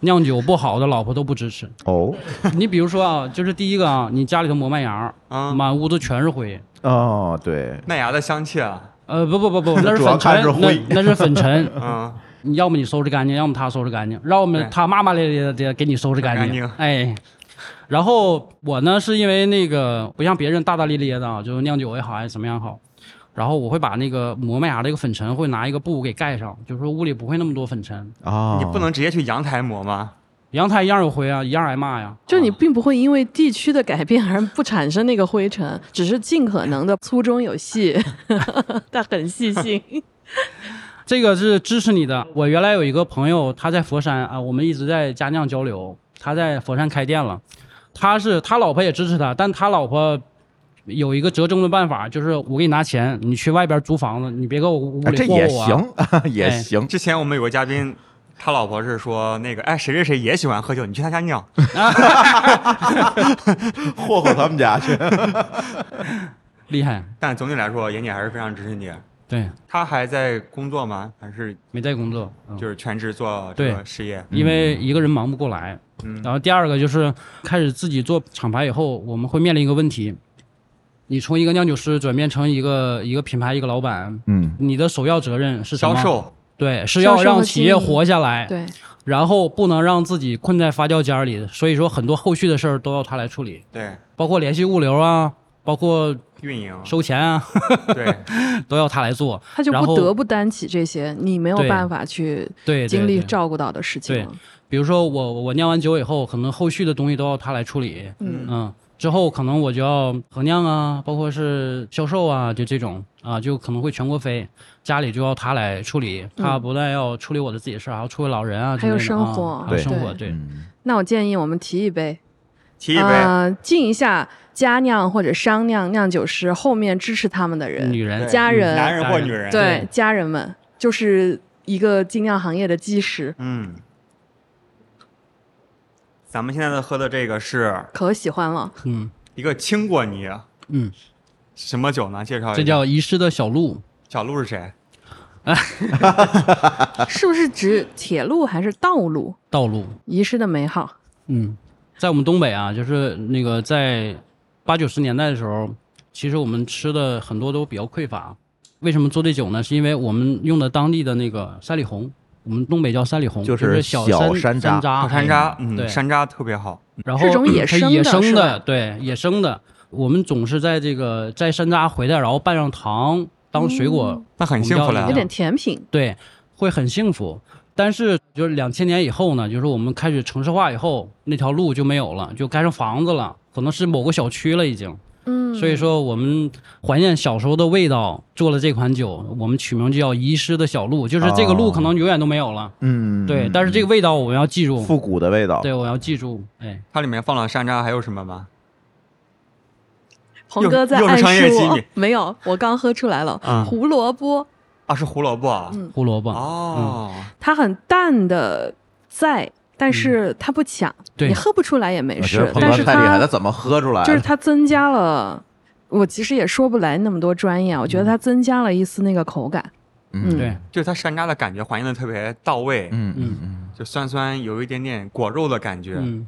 酿酒不好的老婆都不支持。
哦，
你比如说啊，就是第一个啊，你家里头磨麦芽，
啊、
满屋子全是灰，
哦，对，
麦芽的香气啊，
呃，不不不不，那是
主要
粉
看
尘，
是灰
那那是粉尘，
嗯，
你要么你收拾干净，要么他收拾干净，要么
对
他骂骂咧咧的给你收拾干
干净
哎，然后我呢是因为那个不像别人大大咧咧的啊，就是酿酒也好还是怎么样好，然后我会把那个磨麦芽的一个粉尘会拿一个布给盖上，就是说屋里不会那么多粉尘。
哦，
你不能直接去阳台磨吗？
阳台一样有灰啊，一样挨骂呀。
就你并不会因为地区的改变而不产生那个灰尘，只是尽可能的粗中有细， 但很 细心。
这个是支持你的。我原来有一个朋友，他在佛山啊，我们一直在家酿交流。他在佛山开店了，他是他老婆也支持他，但他老婆有一个折中的办法，就是我给你拿钱，你去外边租房子，你别给我屋
啊
哎，这
里霍霍我、
也
啊
行， 也
哎
行。
之前我们有个嘉宾，他老婆是说那个，哎，谁谁谁也喜欢喝酒，你去他家酿。
霍霍他们家去。
厉害，
但总体来说，严姐还是非常支持你。
对，
她还在工作吗？还是
没在工作，嗯
就是全职做这个事业？
因为一个人忙不过来。
嗯
然后第二个就是开始自己做厂牌以后，我们会面临一个问题：你从一个酿酒师转变成一个一个品牌一个老板，
嗯，
你的首要责任是什
销
么？
售，
对，是
销
要
售
让
和
企
经
业
营
活下来，
对，
然后不能让自己困在发酵间儿里，所以说很多后续的事儿都要他来处理，
对，
包括联系物流啊，包括
运营，
收钱啊，
对，
都要他来做。
他就
然
不
后
得不担起这些你没有
对
办法去
对，对
经历
对
照顾到的事情
对
了。
比如说我我酿完酒以后，可能后续的东西都要他来处理，
嗯
嗯，之后可能我就要衡量啊，包括是销售啊，就这种啊、啊，就可能会全国飞，家里就要他来处理，他
嗯
不但要处理我的自己事儿，还要处理老人啊之
还有
类的啊，
生活
还有
对
生活，对，
嗯，
那我建议我们提一杯，
提一杯，
呃，敬一下家酿或者商酿酿酒师后面支持他们的人，
女人
对
家人
男人或女人，
对家人们，就是一个精酿行业的基石，
嗯。咱们现在的喝的这个是
可喜欢了。
嗯
一个青果泥，啊
嗯，
什么酒呢？介绍一下。
这叫遗失的小路，
小鹿是谁？
是不是指铁路还是道路？
道路，
遗失的美好，
嗯，在我们东北啊，就是那个在八九十年代的时候，其实我们吃的很多都比较匮乏。为什么做这酒呢？是因为我们用的当地的那个山里红，我们东北叫山里红，
就
就是小
小山
山
楂
楂，
山楂，嗯，
啊对
山楂特别好。
然
这
后
种野
它
生
野
的
生
是
的
吧
对野生的，我们总是在这个摘山楂回来，然后拌上糖当水果，
嗯
那很幸福了
有
啊我们要
点甜品。
对，会很幸福。但是就是两千年以后呢，就是我们开始城市化以后，那条路就没有了，就盖上房子了，可能是某个小区了已经。
嗯，
所以说，我们怀念小时候的味道，做了这款酒，我们取名就叫《遗失的小路》，就是这个路可能永远都没有
哦
了。
嗯，
对，但是这个
味
味道我们要记住。
复古的味道，
对，我要记住。哎，
它里面放了山楂，还有什么吗？
鹏哥在
又是
暗
商业
示
机
我哦
密，
没有，我刚喝出来了。
嗯
胡萝卜，
啊，是胡萝卜啊。
嗯
胡萝卜。
哦，
嗯
它很淡的在，但是它不抢，
对
你喝不出来也没
嗯我觉
事。
得鹏
但
哥
是
太厉害，他
它
怎么喝出来？
就是它增加了，我其实也说不来那么多专业啊，我觉得它增加了一丝那个口感。
嗯，
对，
就是它山楂的感觉还原的特别到位，
嗯嗯嗯，
就酸酸有一点点果肉的感觉。
嗯，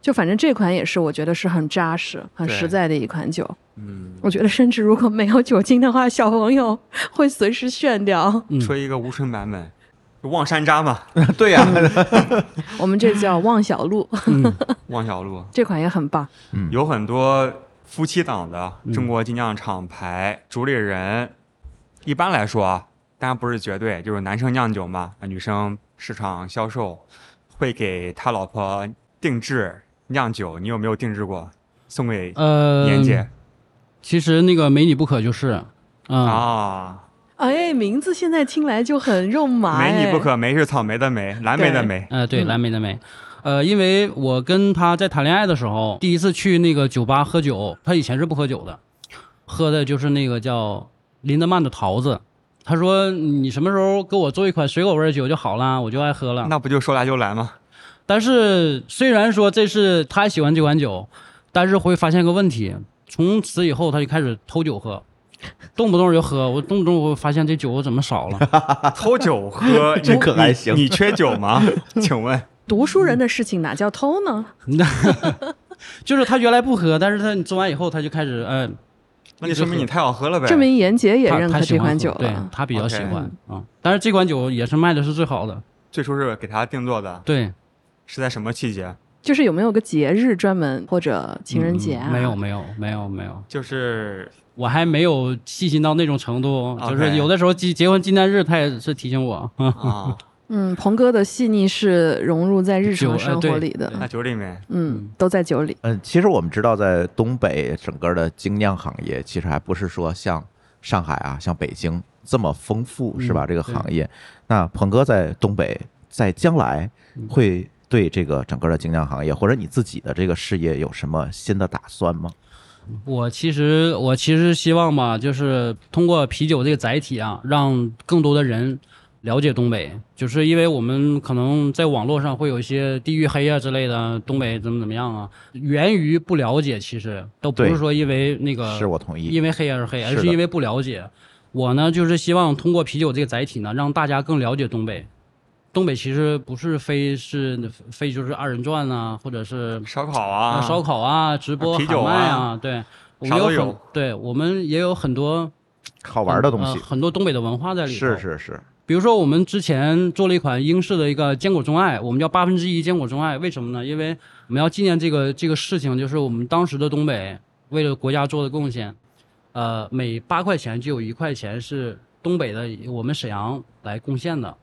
就反正这款也是，我觉得是很扎实、很
对
实在的一款酒。
嗯，
我觉得甚至如果没有酒精的话，小朋友会随时炫掉。
嗯
吹一个无醇版本，就望山楂嘛，
嗯对呀，
我们这 叫望小路，
嗯，
望小路。
这款也很棒。
嗯
有很多夫妻档的
嗯
中国精酿厂牌主理人，一般来说啊，当然不是绝对，就是男生酿酒嘛，女生市场销售，会给他老婆定制酿酒。你有没有定制过？送给
呃，
年哦姐、
其实那个没你不可就是，嗯，
啊，
哎，名字现在听来就很肉麻、哎。
没你不。可，梅是草莓的梅，蓝莓的莓。
呃，对，
嗯
蓝莓的莓。呃，因为我跟他在谈恋爱的时候，第一次去那个酒吧喝酒，他以前是不喝酒的，喝的就是那个叫林德曼的桃子。他说：“你什么时候给我做一款水果味儿酒就好啦，我就爱喝了。”
嗯
那不就说来就来
啊
吗？
但是虽然说这是他喜欢这款酒，但是会发现个问题，从此以后他就开始偷酒喝，动不动就喝。我动不动我发现这酒我怎么少了？
偷酒 喝，
这
你
可还行
你你缺酒 吗？请问，
读书人的事情哪叫偷呢？
嗯就是他原来不喝，但是他做完以后他就开始，呃，
那就说明你太好喝了呗。
证明严姐也
他
认
他
可
喜
这
欢
款
喝
酒
对
了。
他比较喜
OK
欢啊、嗯但是这款酒也是卖的是最好的，
最初是给他定做的，
对，
是在什么季节？
就是有没有个节日专门或者情人节啊？
嗯没有，没有没有没有，
就是
我还没有细心到那种程度，哦就
OK
是有的时候结结婚纪念日他也是提醒我，嗯
啊，
嗯，鹏哥的细腻是融入在日常
酒哎
生
对
活里的，
那酒里面
嗯，都在酒里。
嗯，其实我们知道，在东北整个的精酿行业，其实还不是说像上海啊、像北京这么丰富，是吧？
嗯
这个
对
行业。那鹏哥在东北，在将来
嗯
会对这个整个的精酿行业，或者你自己的这个事业有什么新的打算吗？
我其实我其实希望吧，就是通过啤酒这个载体啊，让更多的人了解东北。就是因为我们可能在网络上会有一些地域黑啊之类的，东北怎么怎么样啊，源于不了解，其实都不
对
是说因为那个
是我同意。
呃因为黑而黑，
是
而
的
是因为不了解。我呢，就是希望通过啤酒这个载体呢，让大家更了解东北。东北其实不是非是非就是二人转啊，或者是
烧烤啊，
啊，烧烤啊，直播
啤酒啊
喊麦啊，对，我
啥
们
都
有很
有
对，我们也有很多
好玩的东
呃
西，
很多东北的文呃化在里头。啊
是，是是，
比如说我们之前做了一款英式的一个坚果钟爱，我们叫八分之一坚果钟爱，为什么呢？因为我们要纪念这个这个事情，就是我们当时的东北为了国家做的贡献，呃，每八块钱就有一块钱是东北的我们沈阳来贡献的。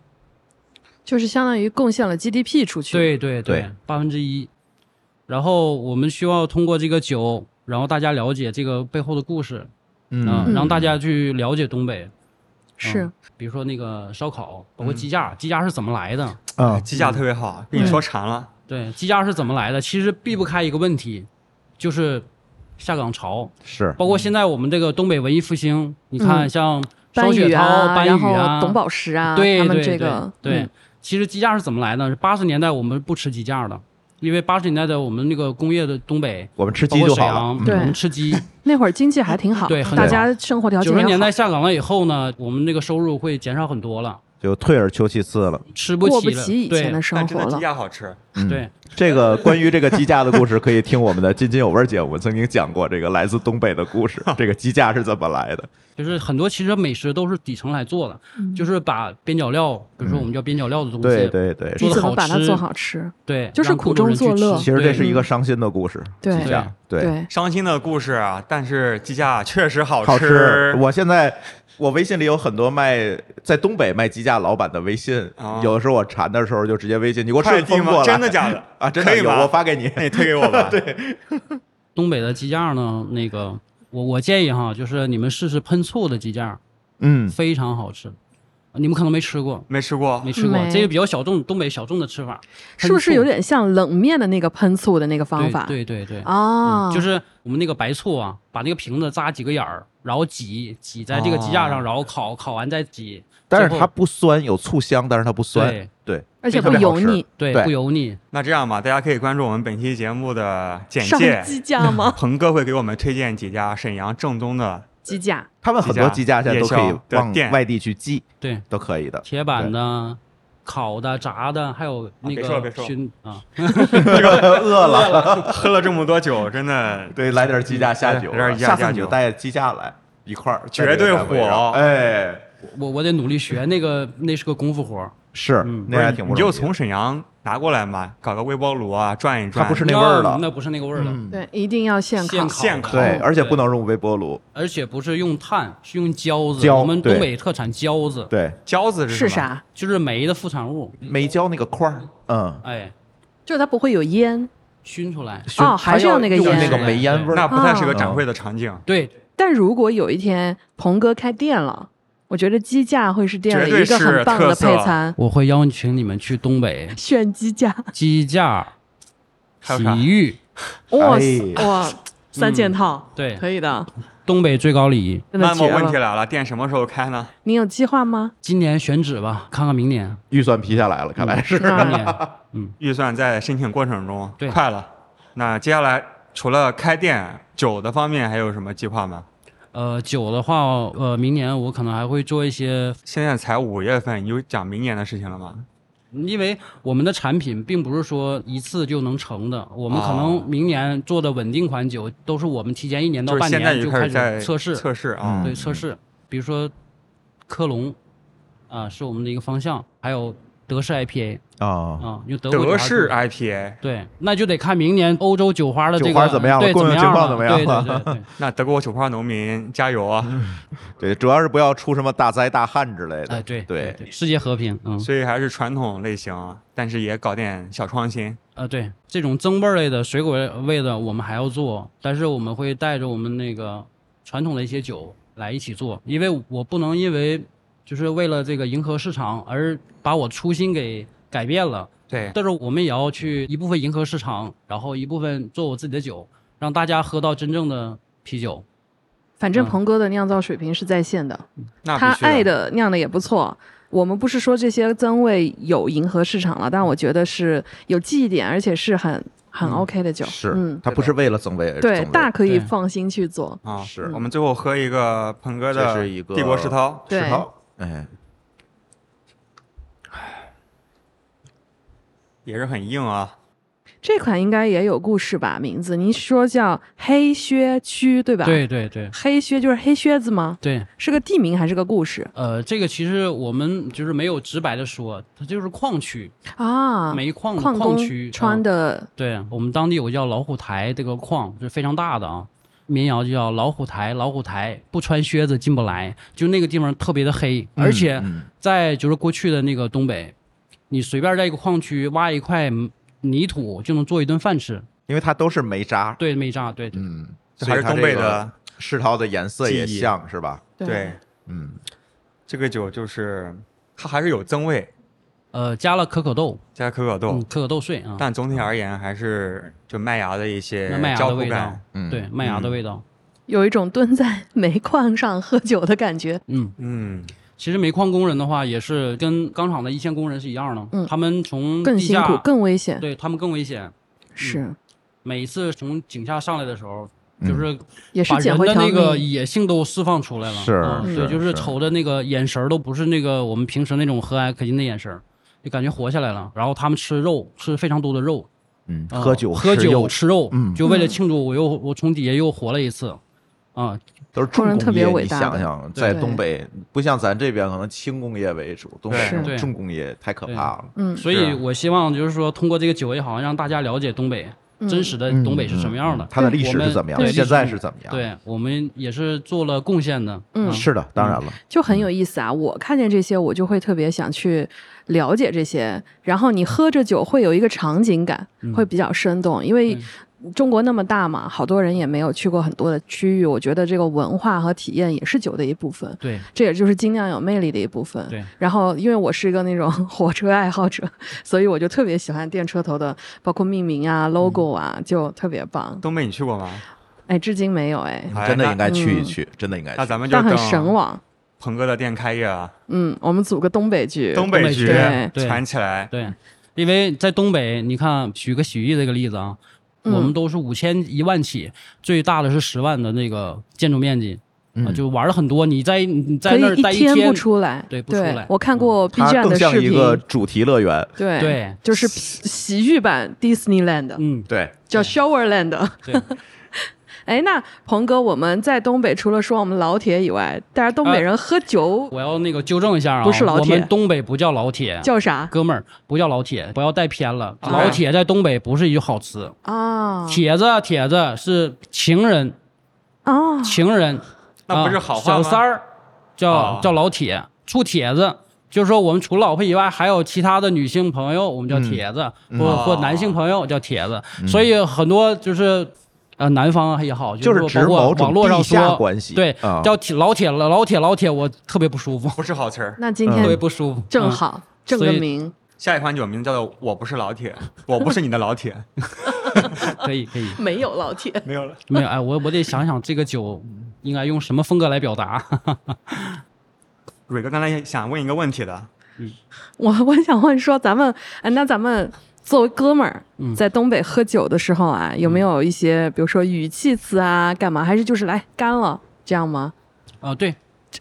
就是相当于贡献了 GDP 出去。，
对对
对，
八分之一。然后我们需要通过这个酒，然后大家了解这个背后的故事，啊
嗯，
让大家去了解东北。
是
比如说那个烧烤，包括鸡架，
嗯
鸡架是怎么来的？
啊，
鸡架特别好，被你说馋了。
对，鸡架是怎么来的？其实避不开一个问题，就是下岗潮。
是
包括现在我们这个东北文艺复兴，你看
嗯
像
班
烧雪
宇
涛、
啊，
班
然
宇
后
啊、
董宝石啊，
对
他
对
们
对
这个
对
嗯
其实鸡架是怎么来的？八十年代我们不吃鸡架的，因为八十年代的我们那个工业的东北，
我们吃
包
鸡
括
就
沈
好了。嗯
阳，
对
我们吃鸡。
那会儿经济还挺好，
对很
大
好
家生活条件
九
也
十
好
年代下岗了以后呢，我们那个收入会减少很多了，
就退而求其次了。
吃不
过不
起了。
起以前的
对
但
生
真
活
的鸡
了。
架好吃，
嗯
对，
这个关于这个鸡架的故事，可以听我们的津津有味儿节目，曾经讲过这个来自东北的故 事，这个鸡架是怎么来的。
就是很多其实美食都是底层来做的，
嗯
就是把边角料，比如说我们叫边角料的东西，
嗯对对对，
你
做得
怎么
好
把它
吃
做好吃？
对
就是
让更
苦
多
中
人去
作乐
吃
其实这
对
是一个伤心的故事，
对
鸡架对，
对，
伤心的故事啊，但是鸡架确实好
好吃。我现在我微信里有很多卖在东北卖鸡架老板的微信
哦，
有的时候我馋的时候就直接微信，你给我
快
顺
递
丰过
吗？
来，
真的假的？
啊，真
可
的
以
有，
吗
我发给你。
那你推给我 吧。对，
东北的鸡架呢，那个我我建议哈，就是你们试试喷醋的鸡架，
嗯，
非常好吃。你们可能没吃过，
没吃过
没，吃过
没，
这个比较小众，东北小众的吃法，
是不是
喷醋
有点像冷面的那个喷醋的那个方
对
法？
对对对，
啊，
嗯就是我们那个白醋啊，把那个瓶子扎几个眼儿，然后挤挤在这个鸡架上，
哦
然后烤，烤完再挤。
但是
最后
它不酸，有醋香，但是它不酸。
对
对，
而且
特
不
别好
油
吃
腻。
对
对
不油腻，
那这样吧，大家可以关注我们本期节目的简
上
介。嗯
鸡架吗？
鹏哥会给我们推荐几家沈阳正宗的
鸡架，
他们很多
鸡
鸡
架
架现在都可
夜
以
宵的
往
店
外地去寄，
对，
都可以的。
铁板的、烤的、炸的，还有那
啊别说了别
个
说了
熏啊，
饿了，
喝了这么多酒，真的
对，来点鸡架下酒，
来点鸡架
下次
下
你就
酒
带鸡架来一块儿，
绝对火
哎，
我我得努力学那个，那是个功夫活儿。
是
嗯，
那还挺不
你
容
就
易。
从沈阳拿过来嘛，搞个微波炉啊，转一转。
它不是那味儿了
那不是那个味儿了，
嗯，
对，一定要现
现
烤。
烤
现
的
烤
对，而且不
对
能用微波炉。
而且不是用炭，是用胶子。
胶
我们东
对
北特产胶子，
对，
饺子
是
什么？
啥？
就是煤的副产物，
煤焦那个块儿，嗯，
哎，
就是它不会有烟，
熏出来。
熏
哦还
它
是要那个
用
烟
那个煤烟味
那
儿。
不太是个
哦
展会的场景，
对，
但如果有一天鹏哥开店了，我觉得鸡架会是店
绝
里
对
一个
是
很棒
特
的
色
配餐。
我会邀请你们去东北
炫鸡架，
鸡架、
还有啥
洗浴，
哇
哎
哇，三件套，
对
可以的，
东北最高礼仪。
真的
那么
绝
问题
了。
来了，店什么时候开呢？
你有计划吗？
今年选址吧，看看明年。
预算批下来了，看来是。
明年
那
预算在申请过程中，
对
快了。那接下来除了开店，酒的方面还有什么计划吗？
呃，酒的话，呃，明年我可能还会做一些，
现在才五月份，你有讲明年的事情了吗？
因为我们的产品并不是说一次就能成的，我们可
哦
能明年做的稳定款酒都是我们提前一年
就
到
是
半
现在
年
就
就
开
开
始在
始测试，嗯
测试啊，
对测试，比如说科隆啊、是我们的一个方向，还有德式 IPA
啊
嗯
啊、，用德国酒
德
花
式
做
IPA。
对，那就得看明年欧洲酒花的这个
酒花怎么样了
对，
供应
么
情
样
况
了？
怎么样
对
了
对对对，
那德国酒花农民加油啊！
对，主要是不要出什么大灾大旱之类的。
哎对
对
对，世界和平，嗯
所以还是传统类型，但是也搞点小创新。
啊对，这种增味儿类的、水果味的我们还要做，但是我们会带着我们那个传统的一些酒来一起做，因为我不能因为就是为了这个迎合市场而把我初心给改变了。
对，
但是我们也要去一部分迎合市场，然后一部分做我自己的酒，让大家喝到真正的啤酒。
反正
嗯
鹏哥的酿造水平是在线的，
那
他
必须
爱的酿的也不错。我们不是说这些增味有迎合市场了，但我觉得是有记忆点，而且是很很 OK 的酒。
是
嗯，，
它不是为了增味而增
对，
味
大可以
对
放心去做。
啊！
是
我们最后喝一个鹏哥的
这是一个
帝国石涛，
对
石，头，哎，
也是很硬啊。
这款应该也有故事吧？名字您说叫黑靴区对吧？，
对对对
黑靴就是黑靴子吗？
对，
是个地名还是个故事
呃，这个其实我们就是没有直白的说，它就是矿区，
啊？
煤矿的
矿
矿
工
区
穿、
啊
的
对我们当地有个叫老虎台这个矿，就是非常大的啊。民谣就叫老虎台，老虎台不穿靴子进不来，就那个地方特别的黑，而且
嗯嗯
在就是过去的那个东北，你随便在一个矿区挖一块泥土就能做一顿饭吃，
因为它都是煤渣，
对，煤渣，对，对
嗯，
这
所
还
以
是
它
东北
这个
的
世涛的颜色也
记忆
像是吧？
对，
嗯，
这个酒就是它还是有增味，
呃，加了可可豆，
加可可豆，
哦
嗯，可可豆碎啊，
但总体而言还是就麦芽的一些
那麦芽
焦
的
糊
味道
感。，
嗯
对，麦芽的味道，
有一种蹲在煤矿上喝酒的感觉。
嗯，
嗯，
其实煤矿工人的话也是跟钢厂的一线工人是一样的，
嗯
他们从
更
地
辛
下
苦，更危险，
对嗯他们更危险。
是
每一次从井下上来的时候，
嗯
就是
也是
把
捡
人
回
的
条
那个
命。
野性都释放出来了，
是
嗯对，
是
就是
是
瞅着那个眼神儿都不是那个我们平时那种和蔼可亲的眼神儿，就感觉活下来了。然后他们吃肉，吃非常多的肉，
嗯，
啊
喝酒
喝
吃
酒
肉
吃肉，
嗯
就为了庆祝我又我从底下又活了一次，啊，
都是重
工人特
工
别
业，
伟
你
大
想
的
想，在
对
东北不像咱这边可能轻工业为主，东北
对
那种
对
重工业太可怕了。
嗯，
所
啊
以我希望就是说通过这个酒也好，让大家了解东北
嗯
真实的
嗯
东北是什么样的
嗯，它的历史
我
是
们
怎么样，
对
现在
历史
是怎么样？，
对我们也是做了贡献的，
嗯
是的，当然了，
就很有意思啊！我看见这些，我就会特别想去了解这些。然后你喝着酒会有一个场景感，
嗯
会比较生动，因为中国那么大嘛，好多人也没有去过很多的区域。我觉得这个文化和体验也是酒的一部分，
对
这也就是精酿有魅力的一部分。
对，
然后，因为我是一个那种 火车爱好者，所以我就特别喜欢电车头的，包括命名
嗯
啊、logo 啊，就特别棒。
东北你去过吗？
哎，至今没有哎，
哎
真的
那
应该去一
嗯
去，真的应该
那
去。
咱们就
但很
等
神往。
鹏哥的店开业啊，
嗯，我们组个东北局，
东北
局
局
对
对
传起来，
对，因为在东北，你看举个洗浴这个例子啊，我们
嗯
都是五千一万起，最大的是十万的那个建筑面积，啊，
嗯
就玩了很多。你在你在
可以
那儿待
天
天
不，出来，
对不出来
我看过 B
嗯它
站
更
的
像
视
一
频，
个主题乐园。
对
对
就是洗浴版 Disneyland，
嗯，
对，
叫 Showerland。
对，
哎，那鹏哥，我们在东北除了说我们老铁以外，但是东北人喝酒
呃我要那个纠正一下啊，
不是老铁
我们东北不叫老铁，
叫啥
哥们儿不叫老铁，不要带偏了。
啊
老铁在东北不是一句好词，
啊？
铁子铁子是情人，
啊，
情人，
那不是
啊
好话吗
小三儿叫
哦
叫老铁，处铁子。就是说，我们除老婆以外，还有其他的女性朋友，我
嗯
们叫铁子，或或
哦
男性朋友叫铁子。所以很多就是，呃，南方也好，
就是是
说
指
包括
某种
网络上
地下
说，
关系。
对，
啊，
叫铁老铁了，老铁老铁，我特别不舒服，
不是好词儿。
那今
特别
天
不舒服。
正
嗯
好正
所
个
以
名，
下一款酒名叫做“我不是老 铁，我不是你的老铁
可以可以，
没有老铁”，
没有了。
没有哎，我我得想想这个酒应该用什么风格来表达。
蕊哥刚才想问一个问题
嗯
的，
我我想问说，咱们哎，那咱们作为哥们儿，
嗯
在东北喝酒的时候啊，有没有一些比如说语气词啊，干嘛？还是就是来干了这样吗？
啊，对，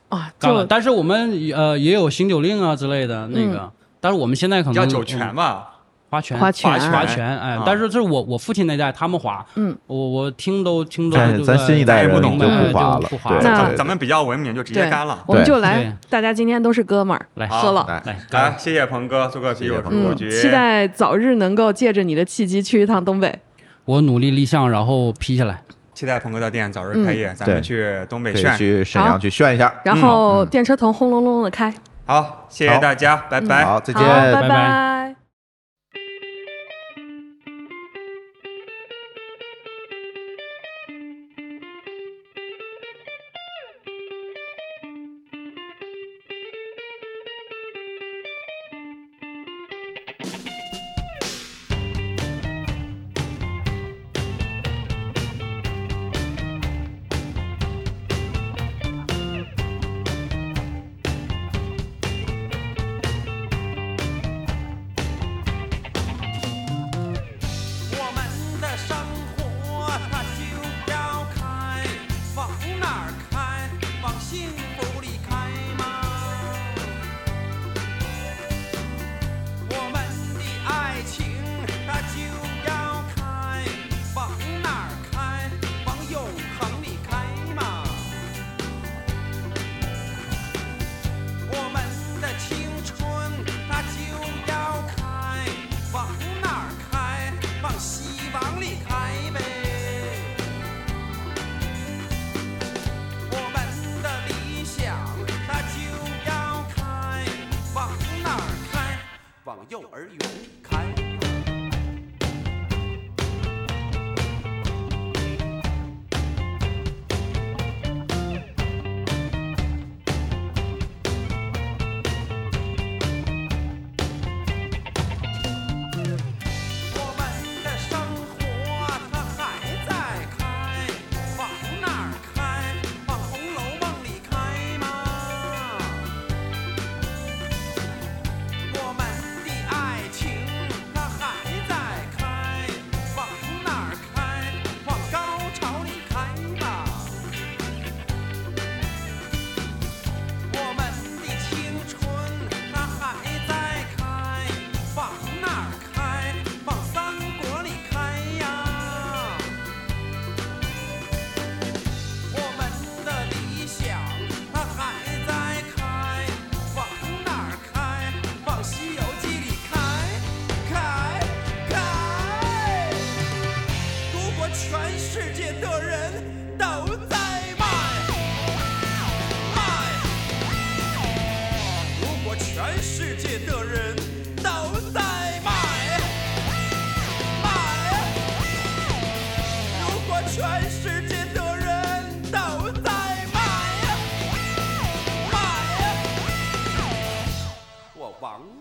啊，
干了。
就
但是我们呃也有醒酒令啊之类的那
嗯
个，但是我们现在可能嗯
叫酒泉吧？
划拳
划拳
划
划拳
拳哎
啊，
但是这是我我父亲那代他们划，
嗯，
我我听都听都
咱
就
咱
在
新一代
也
人
不
已
懂
经
哎
不花
就
了
不，花
对
了
那
嗯对
咱们比较文明，就直接
对
干了，。
我们
对
就来
对，
大家今天都是哥们儿，
来
喝了。
来
来
来，谢谢鹏哥做客啤
谢
酒
谢鹏
事务
哥
嗯，
局，
期待早日能够借着你的契机去一趟东北。
我努力立项，然后批下来。
期待鹏哥的店早日开业，咱
嗯对
们去东北
可以
炫。
去沈阳去炫一下。
然
嗯
后电车头轰隆隆的开，
好，谢谢
好
大家，拜拜。
好，再
好，
见。
哎拜拜
拜。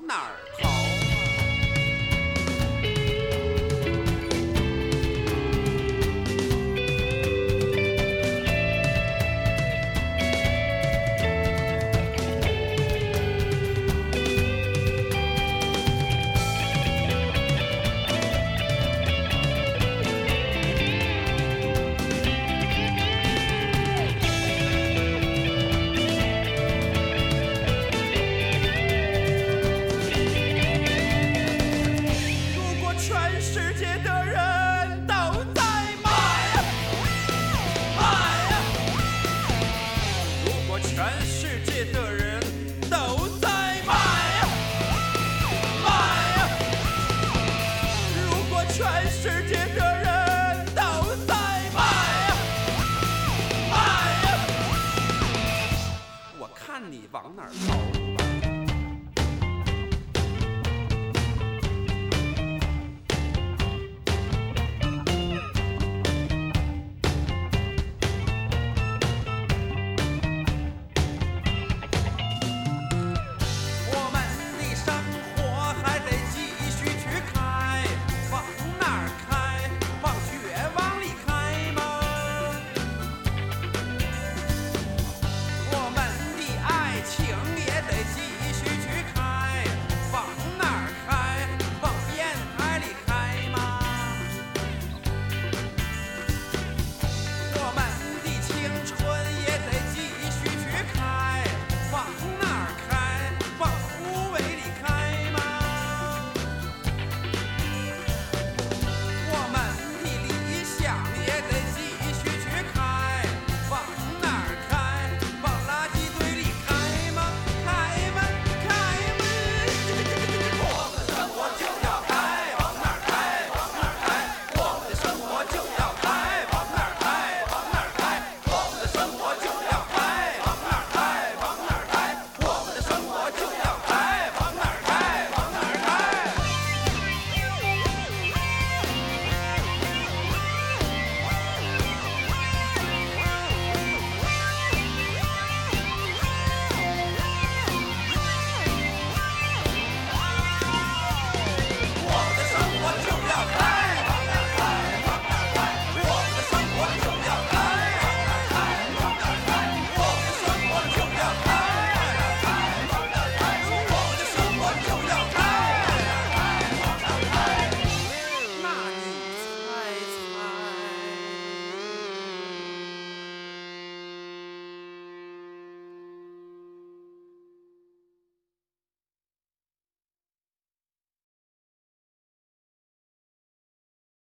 啊世界的人都在买买。如果全世界的人都在买买，如果全世界的人都在买买，我看你往哪儿跑。